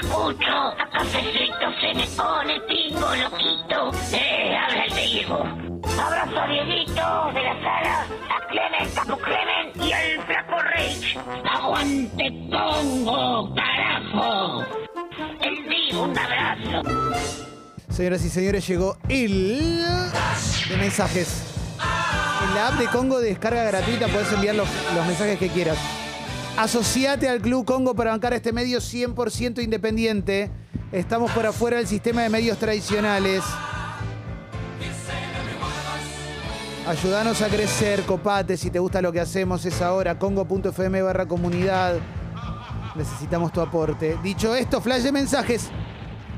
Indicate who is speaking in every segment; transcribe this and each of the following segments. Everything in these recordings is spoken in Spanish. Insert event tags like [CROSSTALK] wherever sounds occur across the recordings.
Speaker 1: escucho a cafecito se me pone pingo loquito. Eh, habla el Diego. Abrazo a Dieguito de la sala, a Clement, a tu Clement y al flaco Rich. Aguante Pongo, carajo. El Diego, un abrazo.
Speaker 2: Señoras y señores, llegó el de mensajes. En la app de Congo de descarga gratuita puedes enviar los, los mensajes que quieras. Asociate al Club Congo para bancar este medio 100% independiente. Estamos por afuera del sistema de medios tradicionales. Ayúdanos a crecer, copate, si te gusta lo que hacemos es ahora, congo.fm barra comunidad. Necesitamos tu aporte. Dicho esto, flash de mensajes.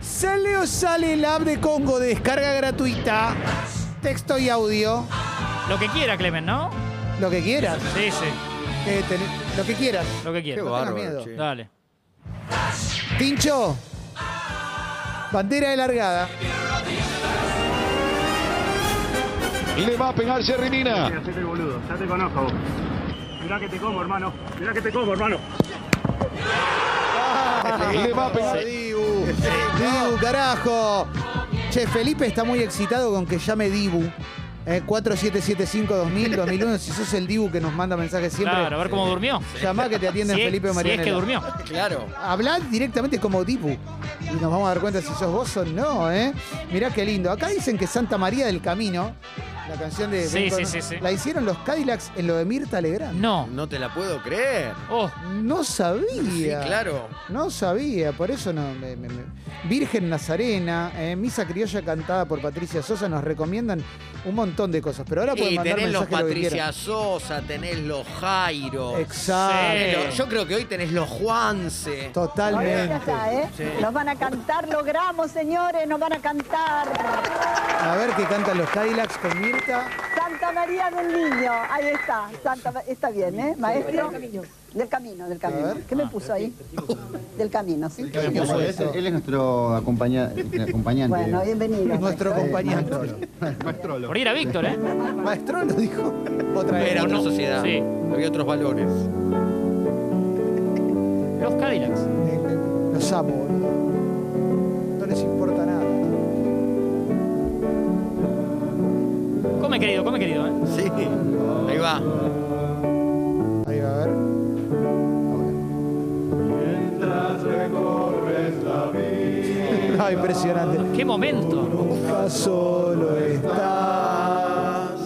Speaker 2: Sale o sale el app de Congo de descarga gratuita, texto y audio,
Speaker 3: Lo que quiera, Clemen, ¿no?
Speaker 2: lo que quieras.
Speaker 3: Sí, sí.
Speaker 2: Eh, tenés- lo que quieras.
Speaker 3: Lo que quiera.
Speaker 2: No tengas miedo.
Speaker 4: che.
Speaker 3: Dale.
Speaker 2: Tincho, bandera de largada.
Speaker 5: Le va a pegar Serrinina.
Speaker 6: Hacete el boludo, ya te conozco vos. Mirá que te como, hermano. Mirá que te como, hermano.
Speaker 5: Le va a pegar.
Speaker 2: Dibu. Dibu, carajo. Che, Felipe está muy excitado con que llame Dibu. Eh, 4775-2000, 2001. Si sos el Dibu que nos manda mensajes siempre,
Speaker 3: Claro, a ver cómo durmió.
Speaker 2: llamá que te atienden
Speaker 3: Si es-
Speaker 2: Felipe o
Speaker 3: si es
Speaker 2: Marianela.
Speaker 3: que durmió.
Speaker 4: Claro.
Speaker 2: Hablá directamente como Dibu. Y nos vamos a dar cuenta si sos vos o no, ¿eh? Mirá qué lindo. Acá dicen que Santa María del Camino, la canción de...
Speaker 3: Sí,
Speaker 2: Ben
Speaker 3: sí,
Speaker 2: Con-
Speaker 3: sí, sí.
Speaker 2: La hicieron los Cadillacs en lo de Mirta Legrand.
Speaker 3: No.
Speaker 4: No te la puedo creer.
Speaker 3: Oh,
Speaker 2: No sabía.
Speaker 4: Sí, claro.
Speaker 2: No sabía, por eso no. me- me- me- Virgen Nazarena, eh, Misa Criolla cantada por Patricia Sosa, nos recomiendan un montón de cosas. Pero ahora pueden
Speaker 4: Y
Speaker 2: mandar
Speaker 4: tenés los
Speaker 2: mensajes lo que quieran.
Speaker 4: Patricia Sosa, tenés los Jairo.
Speaker 2: Exacto.
Speaker 4: Tenés los- Yo creo que hoy tenés los Juanse.
Speaker 2: Totalmente.
Speaker 7: Ahora está, ¿eh?
Speaker 4: Sí.
Speaker 7: Nos van a cantar, logramos, señores, nos van a cantar.
Speaker 2: A ver qué cantan los Cadillacs con Mirta.
Speaker 7: Santa María del Niño, ahí está. Santa, Ma- está bien, ¿eh? Maestro. Del camino, del camino.
Speaker 2: ver.
Speaker 7: ¿Qué me puso ahí? Del camino, sí.
Speaker 2: Hermoso eso.
Speaker 8: Él es nuestro acompaña- acompañante.
Speaker 7: Bueno, bienvenido.
Speaker 2: Nuestro acompañante.
Speaker 3: por ir a Víctor, ¿eh?
Speaker 2: Maestro lo dijo. Otra vez. Eh,
Speaker 4: Era una sociedad.
Speaker 3: Sí.
Speaker 4: Había otros valores.
Speaker 3: Los Cadillacs.
Speaker 2: eh, Los amo, boludo. No les importa nada.
Speaker 3: Come, querido, come, querido, ¿eh?
Speaker 4: Sí. Ahí va.
Speaker 2: Ahí va a ver. Mientras recorres la vida. [LAUGHS] Ah, impresionante.
Speaker 3: Qué momento.
Speaker 2: Nunca solo estás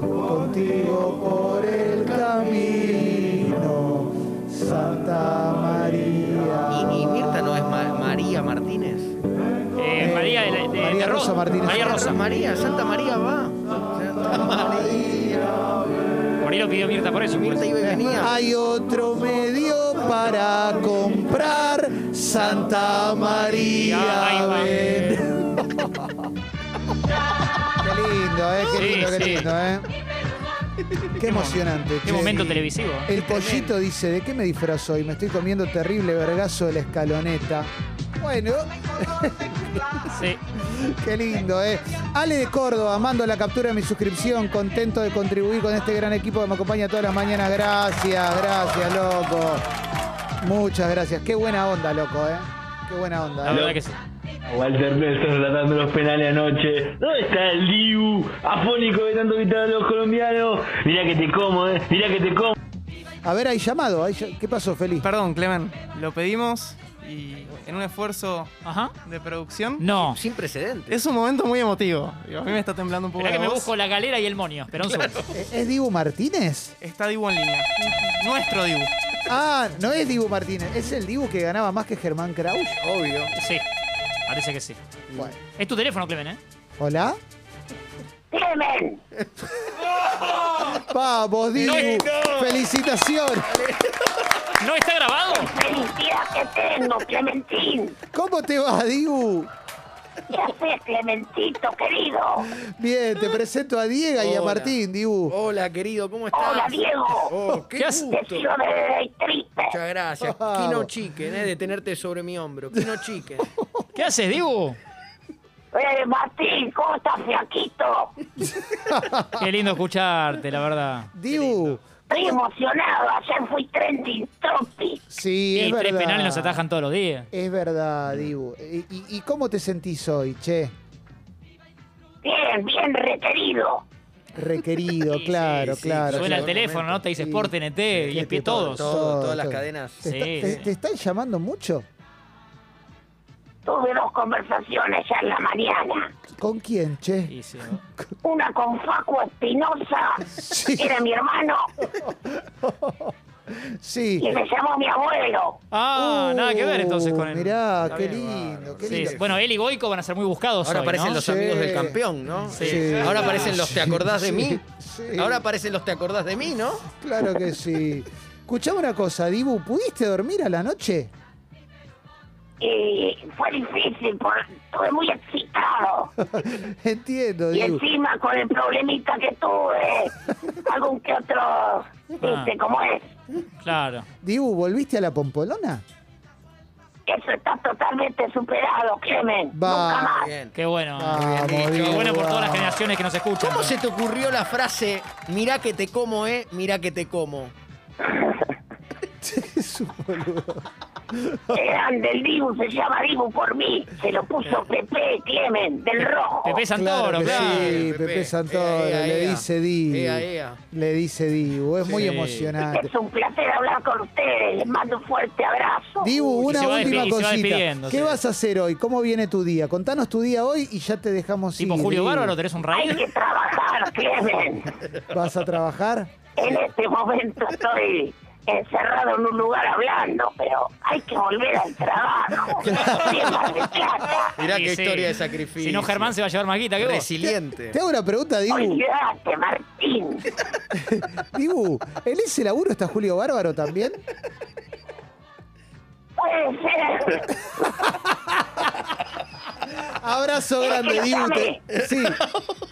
Speaker 2: contigo por el camino, Santa María.
Speaker 4: Y, y Mirta no es Ma- María Martínez.
Speaker 3: Eh, María de, la- de-
Speaker 2: María
Speaker 3: de Ro-
Speaker 2: Rosa Martínez.
Speaker 3: María Rosa.
Speaker 4: María, Santa María va. Santa María.
Speaker 3: Por ahí lo pidió Mirta, por eso.
Speaker 4: Mirta
Speaker 3: pues.
Speaker 4: iba y venía.
Speaker 2: Hay otro medio para comprar Santa María.
Speaker 3: Ahí va. [LAUGHS]
Speaker 2: ven. Qué lindo, eh, qué
Speaker 3: Sí,
Speaker 2: lindo, qué
Speaker 3: sí.
Speaker 2: lindo, eh. Qué emocionante.
Speaker 3: Qué
Speaker 2: che.
Speaker 3: momento televisivo. ¿eh?
Speaker 2: El pollito dice, ¿de qué me disfrazo hoy? Me estoy comiendo terrible vergazo de la escaloneta. Bueno,
Speaker 3: Sí.
Speaker 2: qué lindo, ¿eh? Ale de Córdoba, amando la captura de mi suscripción, contento de contribuir con este gran equipo que me acompaña todas las mañanas. Gracias, gracias, loco. Muchas gracias. Qué buena onda, loco, ¿eh? Qué buena onda.
Speaker 3: La
Speaker 2: ¿eh?
Speaker 3: verdad que sí.
Speaker 9: Walter Néstor tratando los penales anoche. ¿Dónde está el Dibu? Afónico de tanto gritar a los colombianos. Mirá que te como, eh. Mirá que te como.
Speaker 2: A ver, hay llamado. hay ll- ¿Qué pasó, Feliz?
Speaker 10: Perdón, Clemen, lo pedimos y en un esfuerzo
Speaker 3: Ajá.
Speaker 10: de producción.
Speaker 3: No.
Speaker 4: Sin precedentes.
Speaker 10: Es un momento muy emotivo. Digo, A mí me está temblando un poco.
Speaker 3: Esperá que
Speaker 10: la
Speaker 3: me
Speaker 10: voz.
Speaker 3: busco la galera y el monio. Espera un segundo.
Speaker 2: ¿Es- Eh, ¿Es Dibu Martínez?
Speaker 10: Está Dibu en línea. Nuestro Dibu.
Speaker 2: Ah, no es Dibu Martínez. Es el Dibu que ganaba más que Germán Kraus.
Speaker 4: Obvio.
Speaker 3: Sí. Parece que sí.
Speaker 2: Bueno.
Speaker 3: Es tu teléfono, Clemen, ¿eh?
Speaker 2: ¿Hola?
Speaker 1: Clement.
Speaker 2: Vamos, Dibu.
Speaker 3: No, no.
Speaker 2: Felicitación.
Speaker 3: ¿No está grabado?
Speaker 1: Felicidad que tengo, Clementín.
Speaker 2: ¿Cómo te va, Dibu?
Speaker 1: ¿Qué haces, Clementito, querido?
Speaker 2: Bien,
Speaker 3: Ah.
Speaker 2: te presento a Diego y a
Speaker 4: Hola.
Speaker 2: Martín,
Speaker 3: Oh,
Speaker 2: Dibu.
Speaker 4: Hola, querido, ¿cómo estás?
Speaker 1: Hola, Diego.
Speaker 4: Oh, qué
Speaker 3: ¿Qué haces?
Speaker 4: gusto.
Speaker 1: Deseo de triste.
Speaker 3: [LAUGHS]
Speaker 4: Muchas gracias.
Speaker 2: Wow.
Speaker 4: Kino Chicken, eh, de tenerte sobre mi hombro. Kino Chicken.
Speaker 3: ¿Qué haces, Dibu?
Speaker 1: Eh, Martín, ¿cómo estás, flaquito?
Speaker 3: Qué lindo escucharte, la verdad.
Speaker 2: Dibu,
Speaker 1: Estoy emocionado, ayer fui trending topic.
Speaker 2: Sí,
Speaker 3: Y
Speaker 2: es
Speaker 3: tres
Speaker 2: verdad.
Speaker 3: penales nos atajan todos los días.
Speaker 2: Es verdad, Dibu. ¿Y, y- y cómo te sentís hoy, che?
Speaker 1: Bien, bien requerido.
Speaker 3: [LAUGHS]
Speaker 2: Requerido, claro,
Speaker 10: sí,
Speaker 2: claro.
Speaker 3: Suena
Speaker 2: claro.
Speaker 3: el teléfono, ¿no? Te dice
Speaker 2: Sí.
Speaker 3: Sport TNT [LAUGHS] y es pie todos.
Speaker 2: todo.
Speaker 4: todas las
Speaker 2: todo.
Speaker 4: cadenas.
Speaker 2: ¿Te,
Speaker 3: Sí,
Speaker 2: está- te-
Speaker 3: sí.
Speaker 2: te están llamando mucho?
Speaker 1: Tuve dos conversaciones ya en la mañana.
Speaker 2: ¿Con quién, che?
Speaker 3: Y sí, ¿no?
Speaker 1: Una con Facu Espinosa,
Speaker 2: Sí.
Speaker 1: que era mi hermano,
Speaker 3: [LAUGHS]
Speaker 2: Sí.
Speaker 1: y me llamó mi abuelo.
Speaker 3: Ah, nada que ver entonces con él.
Speaker 2: Uh, Mirá, qué
Speaker 4: bien,
Speaker 2: lindo,
Speaker 4: bárbaro.
Speaker 2: qué
Speaker 3: Sí,
Speaker 2: lindo.
Speaker 3: sí. Bueno, él y Goico van a ser muy buscados
Speaker 4: Ahora
Speaker 3: hoy,
Speaker 4: aparecen
Speaker 3: ¿no?
Speaker 4: los
Speaker 2: Sí.
Speaker 4: amigos del campeón, ¿no?
Speaker 2: Sí.
Speaker 4: Ahora aparecen los te acordás de
Speaker 2: Sí,
Speaker 4: mí.
Speaker 2: sí.
Speaker 4: Ahora aparecen los te acordás de mí, ¿no?
Speaker 2: Claro que sí. Escuchame una cosa, Dibu, ¿pudiste dormir a la noche? [LAUGHS]
Speaker 1: Y fue difícil, porque estuve muy excitado.
Speaker 2: Entiendo,
Speaker 1: Y
Speaker 2: Dibu.
Speaker 1: encima con el problemita que tuve, algún que
Speaker 2: Ah.
Speaker 1: otro, viste cómo es.
Speaker 3: Claro.
Speaker 2: Dibu, ¿volviste a la pompolona?
Speaker 1: Eso está totalmente superado, Clemen. Nunca
Speaker 2: Va.
Speaker 1: más.
Speaker 4: Bien.
Speaker 3: Qué bueno.
Speaker 2: Vamos,
Speaker 3: Qué
Speaker 2: Dibu,
Speaker 3: bueno por todas las
Speaker 2: vamos.
Speaker 3: generaciones que nos escuchan.
Speaker 4: ¿Cómo se te ocurrió la frase, mirá que te como, eh, mirá que te como?
Speaker 2: Es un boludo.
Speaker 1: Grande el Dibu, se llama Dibu por mí. Se lo puso Pepe, Clemen, del rojo.
Speaker 3: Pepe Santoro,
Speaker 2: Claro que
Speaker 3: claro.
Speaker 2: sí, Pepe,
Speaker 4: Pepe.
Speaker 2: Santoro,
Speaker 4: Ea, ea,
Speaker 2: le
Speaker 4: ea.
Speaker 2: dice Dibu.
Speaker 4: Ea, ea.
Speaker 2: Le dice Dibu, es muy
Speaker 3: Sí.
Speaker 2: emocionante.
Speaker 1: Es un placer hablar con ustedes. Les mando un fuerte abrazo.
Speaker 2: Dibu,
Speaker 3: Uy,
Speaker 2: una
Speaker 3: se va
Speaker 2: última
Speaker 3: despi- se va
Speaker 2: cosita.
Speaker 3: despidiendo,
Speaker 2: ¿Qué
Speaker 3: sí.
Speaker 2: vas a hacer hoy? ¿Cómo viene tu día? Contanos tu día hoy y ya te dejamos
Speaker 3: Tipo
Speaker 2: ir,
Speaker 3: Julio
Speaker 2: Dibu.
Speaker 3: Bárbaro, ¿tenés un
Speaker 1: Hay
Speaker 3: raid?
Speaker 1: que trabajar, Clemen.
Speaker 2: ¿Vas a trabajar?
Speaker 1: En este momento estoy encerrado en un lugar hablando, pero hay que volver al
Speaker 2: [LAUGHS]
Speaker 1: trabajo. Estoy en Mar del Plata.
Speaker 4: Mirá
Speaker 3: Y
Speaker 4: qué
Speaker 3: sí.
Speaker 4: historia de sacrificio.
Speaker 3: Si no, Germán se va a llevar maquita, ¿qué vos?
Speaker 4: Resiliente.
Speaker 2: Te hago una pregunta, Dibu.
Speaker 1: Olvídate, Martín.
Speaker 2: Dibu, ¿en ese laburo está Julio Bárbaro también?
Speaker 1: Puede ser.
Speaker 2: Abrazo grande, Dibu. te- Sí,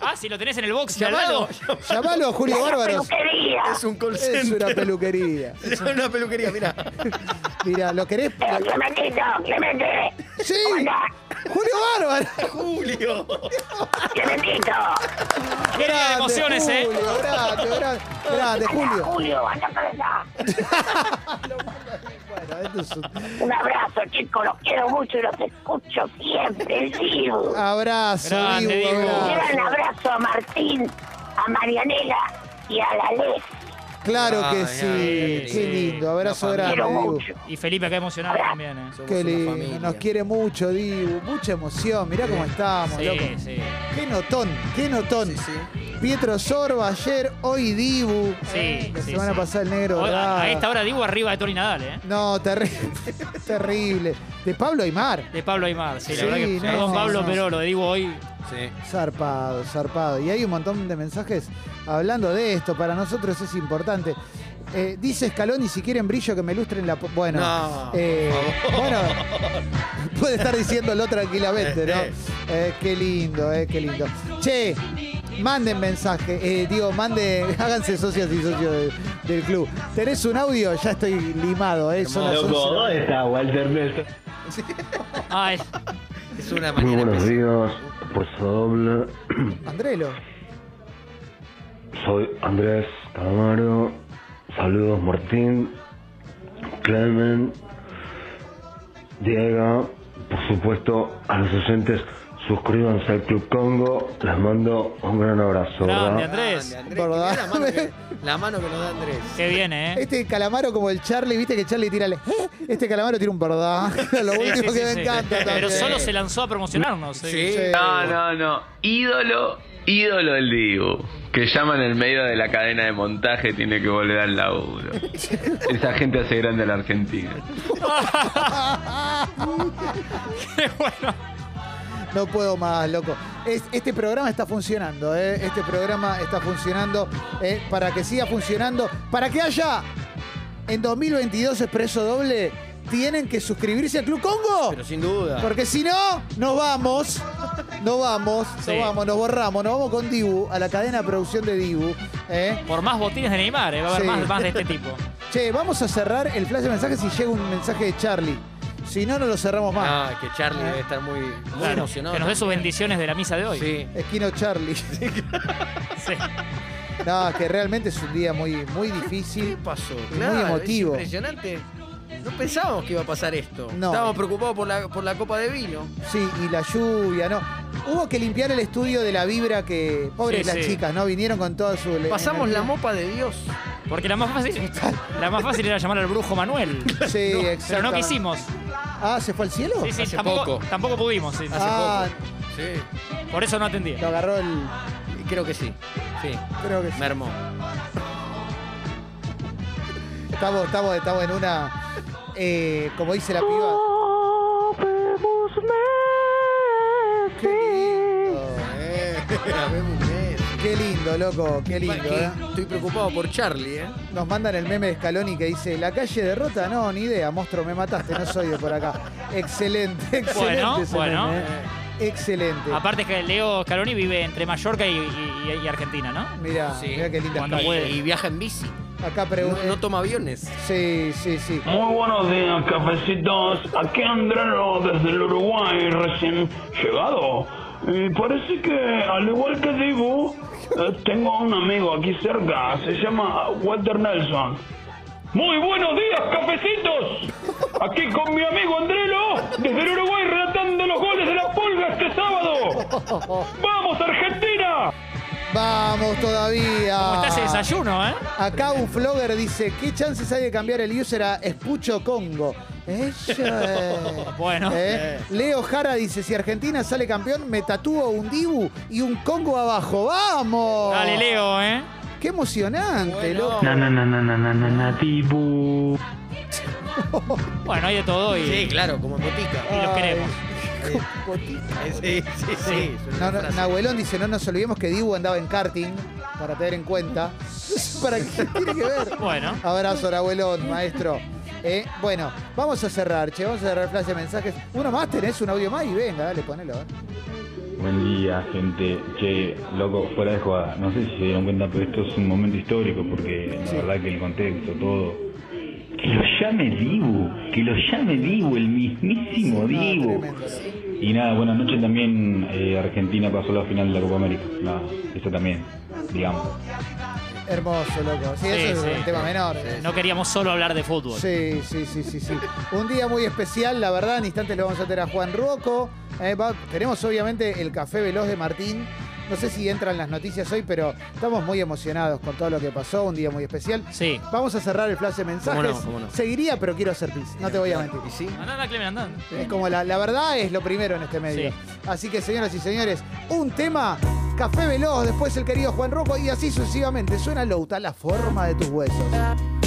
Speaker 3: Ah, si lo tenés en el box de al
Speaker 4: Llamalo.
Speaker 3: lado.
Speaker 2: llamalo a Julio Bárbaro.
Speaker 1: Peluquería.
Speaker 4: Es un call
Speaker 2: Es
Speaker 4: center.
Speaker 2: una peluquería.
Speaker 4: [LAUGHS] Es una
Speaker 3: [LAUGHS]
Speaker 4: peluquería, mirá.
Speaker 2: Mira, ¿lo querés?
Speaker 1: Pero Clementito, Clemente.
Speaker 2: ¡Sí!
Speaker 1: ¿Cómo
Speaker 2: [LAUGHS]
Speaker 1: andás?
Speaker 2: ¡Julio Bárbaro!
Speaker 4: Julio.
Speaker 1: Clementito.
Speaker 2: Ah,
Speaker 3: Feria de emociones, ¿eh?
Speaker 2: Julio, grande, grande, grande,
Speaker 1: Hola,
Speaker 2: Julio.
Speaker 1: Julio, anda para allá.
Speaker 2: Bueno, esto es un-
Speaker 1: Un abrazo, chicos. Los quiero mucho y los escucho siempre. El Dibu.
Speaker 2: Ah. Abrazo,
Speaker 3: Grande,
Speaker 2: Dibu,
Speaker 3: Dibu.
Speaker 1: Un
Speaker 2: abrazo.
Speaker 1: gran abrazo a Martín, a Marianela y a la Lez.
Speaker 2: Claro que
Speaker 4: Ay,
Speaker 2: sí.
Speaker 4: ay,
Speaker 2: Qué lindo, abrazo
Speaker 4: Una
Speaker 2: grande,
Speaker 1: Quiero
Speaker 2: Dibu.
Speaker 1: mucho.
Speaker 3: Y Felipe acá emocionado también, ¿eh?
Speaker 4: Somos
Speaker 2: Qué
Speaker 4: una
Speaker 2: lindo,
Speaker 4: familia.
Speaker 2: nos quiere mucho, Dibu. Mucha emoción, mirá cómo estamos, loco.
Speaker 3: Sí, sí.
Speaker 2: Qué notón, qué notón.
Speaker 4: Sí, sí.
Speaker 2: Pietro Sorba ayer, hoy Dibu.
Speaker 3: Sí,
Speaker 2: Eh, La
Speaker 3: sí,
Speaker 2: semana
Speaker 3: sí.
Speaker 2: pasada el negro.
Speaker 3: Hoy- ah, a,
Speaker 2: Dorado.
Speaker 3: a esta hora digo arriba de Tony Nadal, ¿eh?
Speaker 2: No, terrible. [LAUGHS] terrible. De Pablo Aymar.
Speaker 3: De Pablo Aymar, sí,
Speaker 2: Sí,
Speaker 3: la verdad que.
Speaker 2: no,
Speaker 3: Perdón,
Speaker 2: no,
Speaker 3: Pablo,
Speaker 2: no.
Speaker 3: pero lo de digo hoy.
Speaker 4: Sí.
Speaker 2: Zarpado, zarpado. Y hay un montón de mensajes hablando de esto. Para nosotros es importante. Eh, dice Escalón y si quieren brillo que me lustren la... po-". Bueno,
Speaker 4: No,
Speaker 2: eh, bueno, puede estar diciéndolo tranquilamente, ¿no?
Speaker 4: [LAUGHS] Eh,
Speaker 2: Eh, qué lindo, eh, qué lindo. Che, manden mensaje, eh, digo, mande, háganse socias y socios de- del club. ¿Tenés un audio? Ya estoy limado, eh, son las
Speaker 9: Loco,
Speaker 2: 11 de la
Speaker 9: ¿dónde está Walter Nelson?
Speaker 3: Ay,
Speaker 4: Es una
Speaker 5: Muy
Speaker 4: mañana
Speaker 5: buenos
Speaker 4: especial.
Speaker 5: días, pues doble.
Speaker 2: mañana. Andrelo.
Speaker 5: Soy Andrés Calamaro. Saludos Martín, Clemen, Diego. Por supuesto, a los oyentes, suscríbanse al Club Congo. Les mando un gran abrazo.
Speaker 3: grande,
Speaker 5: ¿verdad?
Speaker 3: Andrés.
Speaker 4: Grande, Andrés.
Speaker 2: ¿Verdad?
Speaker 4: Mirá La,
Speaker 2: [LAUGHS]
Speaker 4: mano que, la mano que nos da Andrés.
Speaker 3: Qué bien, ¿eh?
Speaker 2: Este calamaro como el Charlie, viste que Charlie tira el... Este calamaro tira un verdad. [LAUGHS] Lo
Speaker 3: Sí,
Speaker 2: último que
Speaker 3: sí, sí,
Speaker 2: me
Speaker 3: sí.
Speaker 2: encanta también.
Speaker 3: Pero solo se lanzó a promocionarnos. ¿eh?
Speaker 9: No, no, no. Ídolo, ídolo el Dibu. Que llama en el medio de la cadena de montaje, tiene que volver al laburo.
Speaker 5: [LAUGHS]
Speaker 9: Esa gente hace grande a la Argentina.
Speaker 3: Qué [LAUGHS] bueno.
Speaker 2: No puedo más, loco. Es- este programa está funcionando, ¿eh? Este programa está funcionando ¿eh? para que siga funcionando. Para que haya en 2022 Expreso Doble, tienen que suscribirse al Club Congo.
Speaker 4: Pero sin duda.
Speaker 2: Porque si no, nos vamos. Nos vamos,
Speaker 3: Sí.
Speaker 2: nos vamos, nos borramos, nos vamos con Dibu, a la cadena de producción de Dibu. ¿eh?
Speaker 3: Por más botines de Neymar, ¿eh? va a haber
Speaker 2: Sí.
Speaker 3: más, más de este tipo.
Speaker 2: Che, vamos a cerrar el flash de mensajes si llega un mensaje de Charlie. Si no, no lo cerramos más.
Speaker 4: Ah, que Charlie debe estar muy, muy
Speaker 3: Claro,
Speaker 4: emocionado.
Speaker 3: que nos dé sus
Speaker 4: también.
Speaker 3: Ah. bendiciones de la misa de hoy.
Speaker 4: Sí.
Speaker 2: Esquino Charlie.
Speaker 3: Sí.
Speaker 2: [LAUGHS] No, es que realmente es un día muy, muy difícil.
Speaker 4: ¿Qué pasó?
Speaker 2: muy emotivo.
Speaker 4: Es impresionante. No pensábamos que iba a pasar esto.
Speaker 2: No.
Speaker 4: Estábamos preocupados por la, por la copa de vino.
Speaker 2: Sí, y la lluvia, ¿no? Hubo que limpiar el estudio de la vibra que. Pobres
Speaker 3: Sí,
Speaker 2: las
Speaker 3: sí.
Speaker 2: chicas, ¿no? Vinieron con toda su.
Speaker 4: Pasamos la
Speaker 2: energía.
Speaker 4: mopa de Dios.
Speaker 3: Porque la más fácil, la más fácil era llamar al brujo Manuel. [LAUGHS]
Speaker 2: Sí, exacto.
Speaker 3: Pero no quisimos.
Speaker 2: Ah, ¿se fue al cielo?
Speaker 3: Sí, sí,
Speaker 4: Hace
Speaker 3: tampoco,
Speaker 4: poco.
Speaker 3: tampoco pudimos. sí.
Speaker 2: ah,
Speaker 4: Sí.
Speaker 3: Por eso no atendí.
Speaker 2: lo agarró el.
Speaker 4: Creo que sí. Sí.
Speaker 2: Creo que sí.
Speaker 4: Mermó.
Speaker 2: Estamos, estamos, estamos en una. eh, como dice la piba. Qué lindo. eh. Qué lindo, loco, qué lindo. ¿eh?
Speaker 4: Estoy preocupado por Charlie, ¿eh?
Speaker 2: Nos mandan el meme de Scaloni que dice, ¿la calle de Rota? No, ni idea, monstruo, me mataste, no soy de por acá. excelente, excelente.
Speaker 3: Bueno,
Speaker 2: ese
Speaker 3: bueno.
Speaker 2: meme, ¿eh? Excelente.
Speaker 3: Aparte es que Leo Scaloni vive entre Mallorca y, y- y Argentina, ¿no?
Speaker 2: Mirá,
Speaker 4: Sí.
Speaker 2: mirá qué linda
Speaker 3: Cuando
Speaker 2: calle.
Speaker 3: puede.
Speaker 4: Y viaja en bici.
Speaker 2: Acá
Speaker 4: No,
Speaker 2: preguntan.
Speaker 4: no toma aviones.
Speaker 2: Sí, sí, sí.
Speaker 6: Muy buenos días, cafecitos. Aquí Andrero desde el Uruguay, recién llegado. Y parece que, al igual que digo, tengo a un amigo aquí cerca. Se llama Walter Nelson. Muy buenos días, cafecitos. Aquí con mi amigo Andrelo, desde el Uruguay, relatando los goles de la pulga este sábado. ¡Vamos, Argentina!
Speaker 2: Vamos todavía.
Speaker 3: Como está ese desayuno, ¿eh?
Speaker 2: Acá un flogger dice, ¿qué chances hay de cambiar el user a Espucho Congo? Ella.
Speaker 3: [LAUGHS] Bueno.
Speaker 2: ¿Eh? Leo Jara dice, si Argentina sale campeón, me tatúo un Dibu y un Congo abajo. ¡Vamos!
Speaker 3: Dale, Leo, ¿eh?
Speaker 2: Qué emocionante, loco.
Speaker 4: No, no,
Speaker 3: Bueno, hay de todo y,
Speaker 4: Sí, claro, como en
Speaker 3: y
Speaker 4: botica.
Speaker 3: los queremos.
Speaker 4: Sí, sí, sí. es una
Speaker 2: No, no,
Speaker 4: frase.
Speaker 2: Nahuelón dice, no nos olvidemos que Dibu andaba en karting, para tener en cuenta. ¿Para qué [LAUGHS] tiene que ver?
Speaker 3: Bueno.
Speaker 2: Abrazo, Nahuelón, maestro. Eh, bueno, vamos a cerrar, che, vamos a cerrar flash de mensajes. Uno más, tenés un audio más y venga, dale, ponelo. eh.
Speaker 5: Buen día, gente. Che, loco, fuera de jugada. No sé si se dieron cuenta, pero esto es un momento histórico porque la verdad que el contexto, todo. Que lo llame Dibu, que lo llame Dibu, el mismísimo
Speaker 2: No,
Speaker 5: Dibu.
Speaker 2: tremendo.
Speaker 5: Y nada, buenas noches también. eh, Argentina pasó la final de la Copa América. Nada, eso también, digamos.
Speaker 2: Hermoso, loco. Sí,
Speaker 3: Sí,
Speaker 2: eso
Speaker 3: sí.
Speaker 2: es un tema menor. eh.
Speaker 3: No queríamos solo hablar de fútbol.
Speaker 2: Sí, sí, sí, sí, sí. Un día muy especial, la verdad. En instantes lo vamos a tener a Juan Rocco. Eh, va- tenemos obviamente el café veloz de Martín. No sé si entran las noticias hoy, pero estamos muy emocionados con todo lo que pasó. Un día muy especial.
Speaker 3: Sí.
Speaker 2: Vamos a cerrar el flash de mensajes.
Speaker 4: ¿Cómo no? ¿Cómo no?
Speaker 2: Seguiría, pero quiero hacer pis. No te voy a mentir.
Speaker 4: ¿Y sí?
Speaker 3: Andá, andá, Clemen, andá.
Speaker 2: Es como la, la verdad es lo primero en este medio.
Speaker 3: Sí.
Speaker 2: Así que, señoras y señores, un tema, Café Veloz, después el querido Juan Rocco y así sucesivamente. Suena Louta, la forma de tus huesos.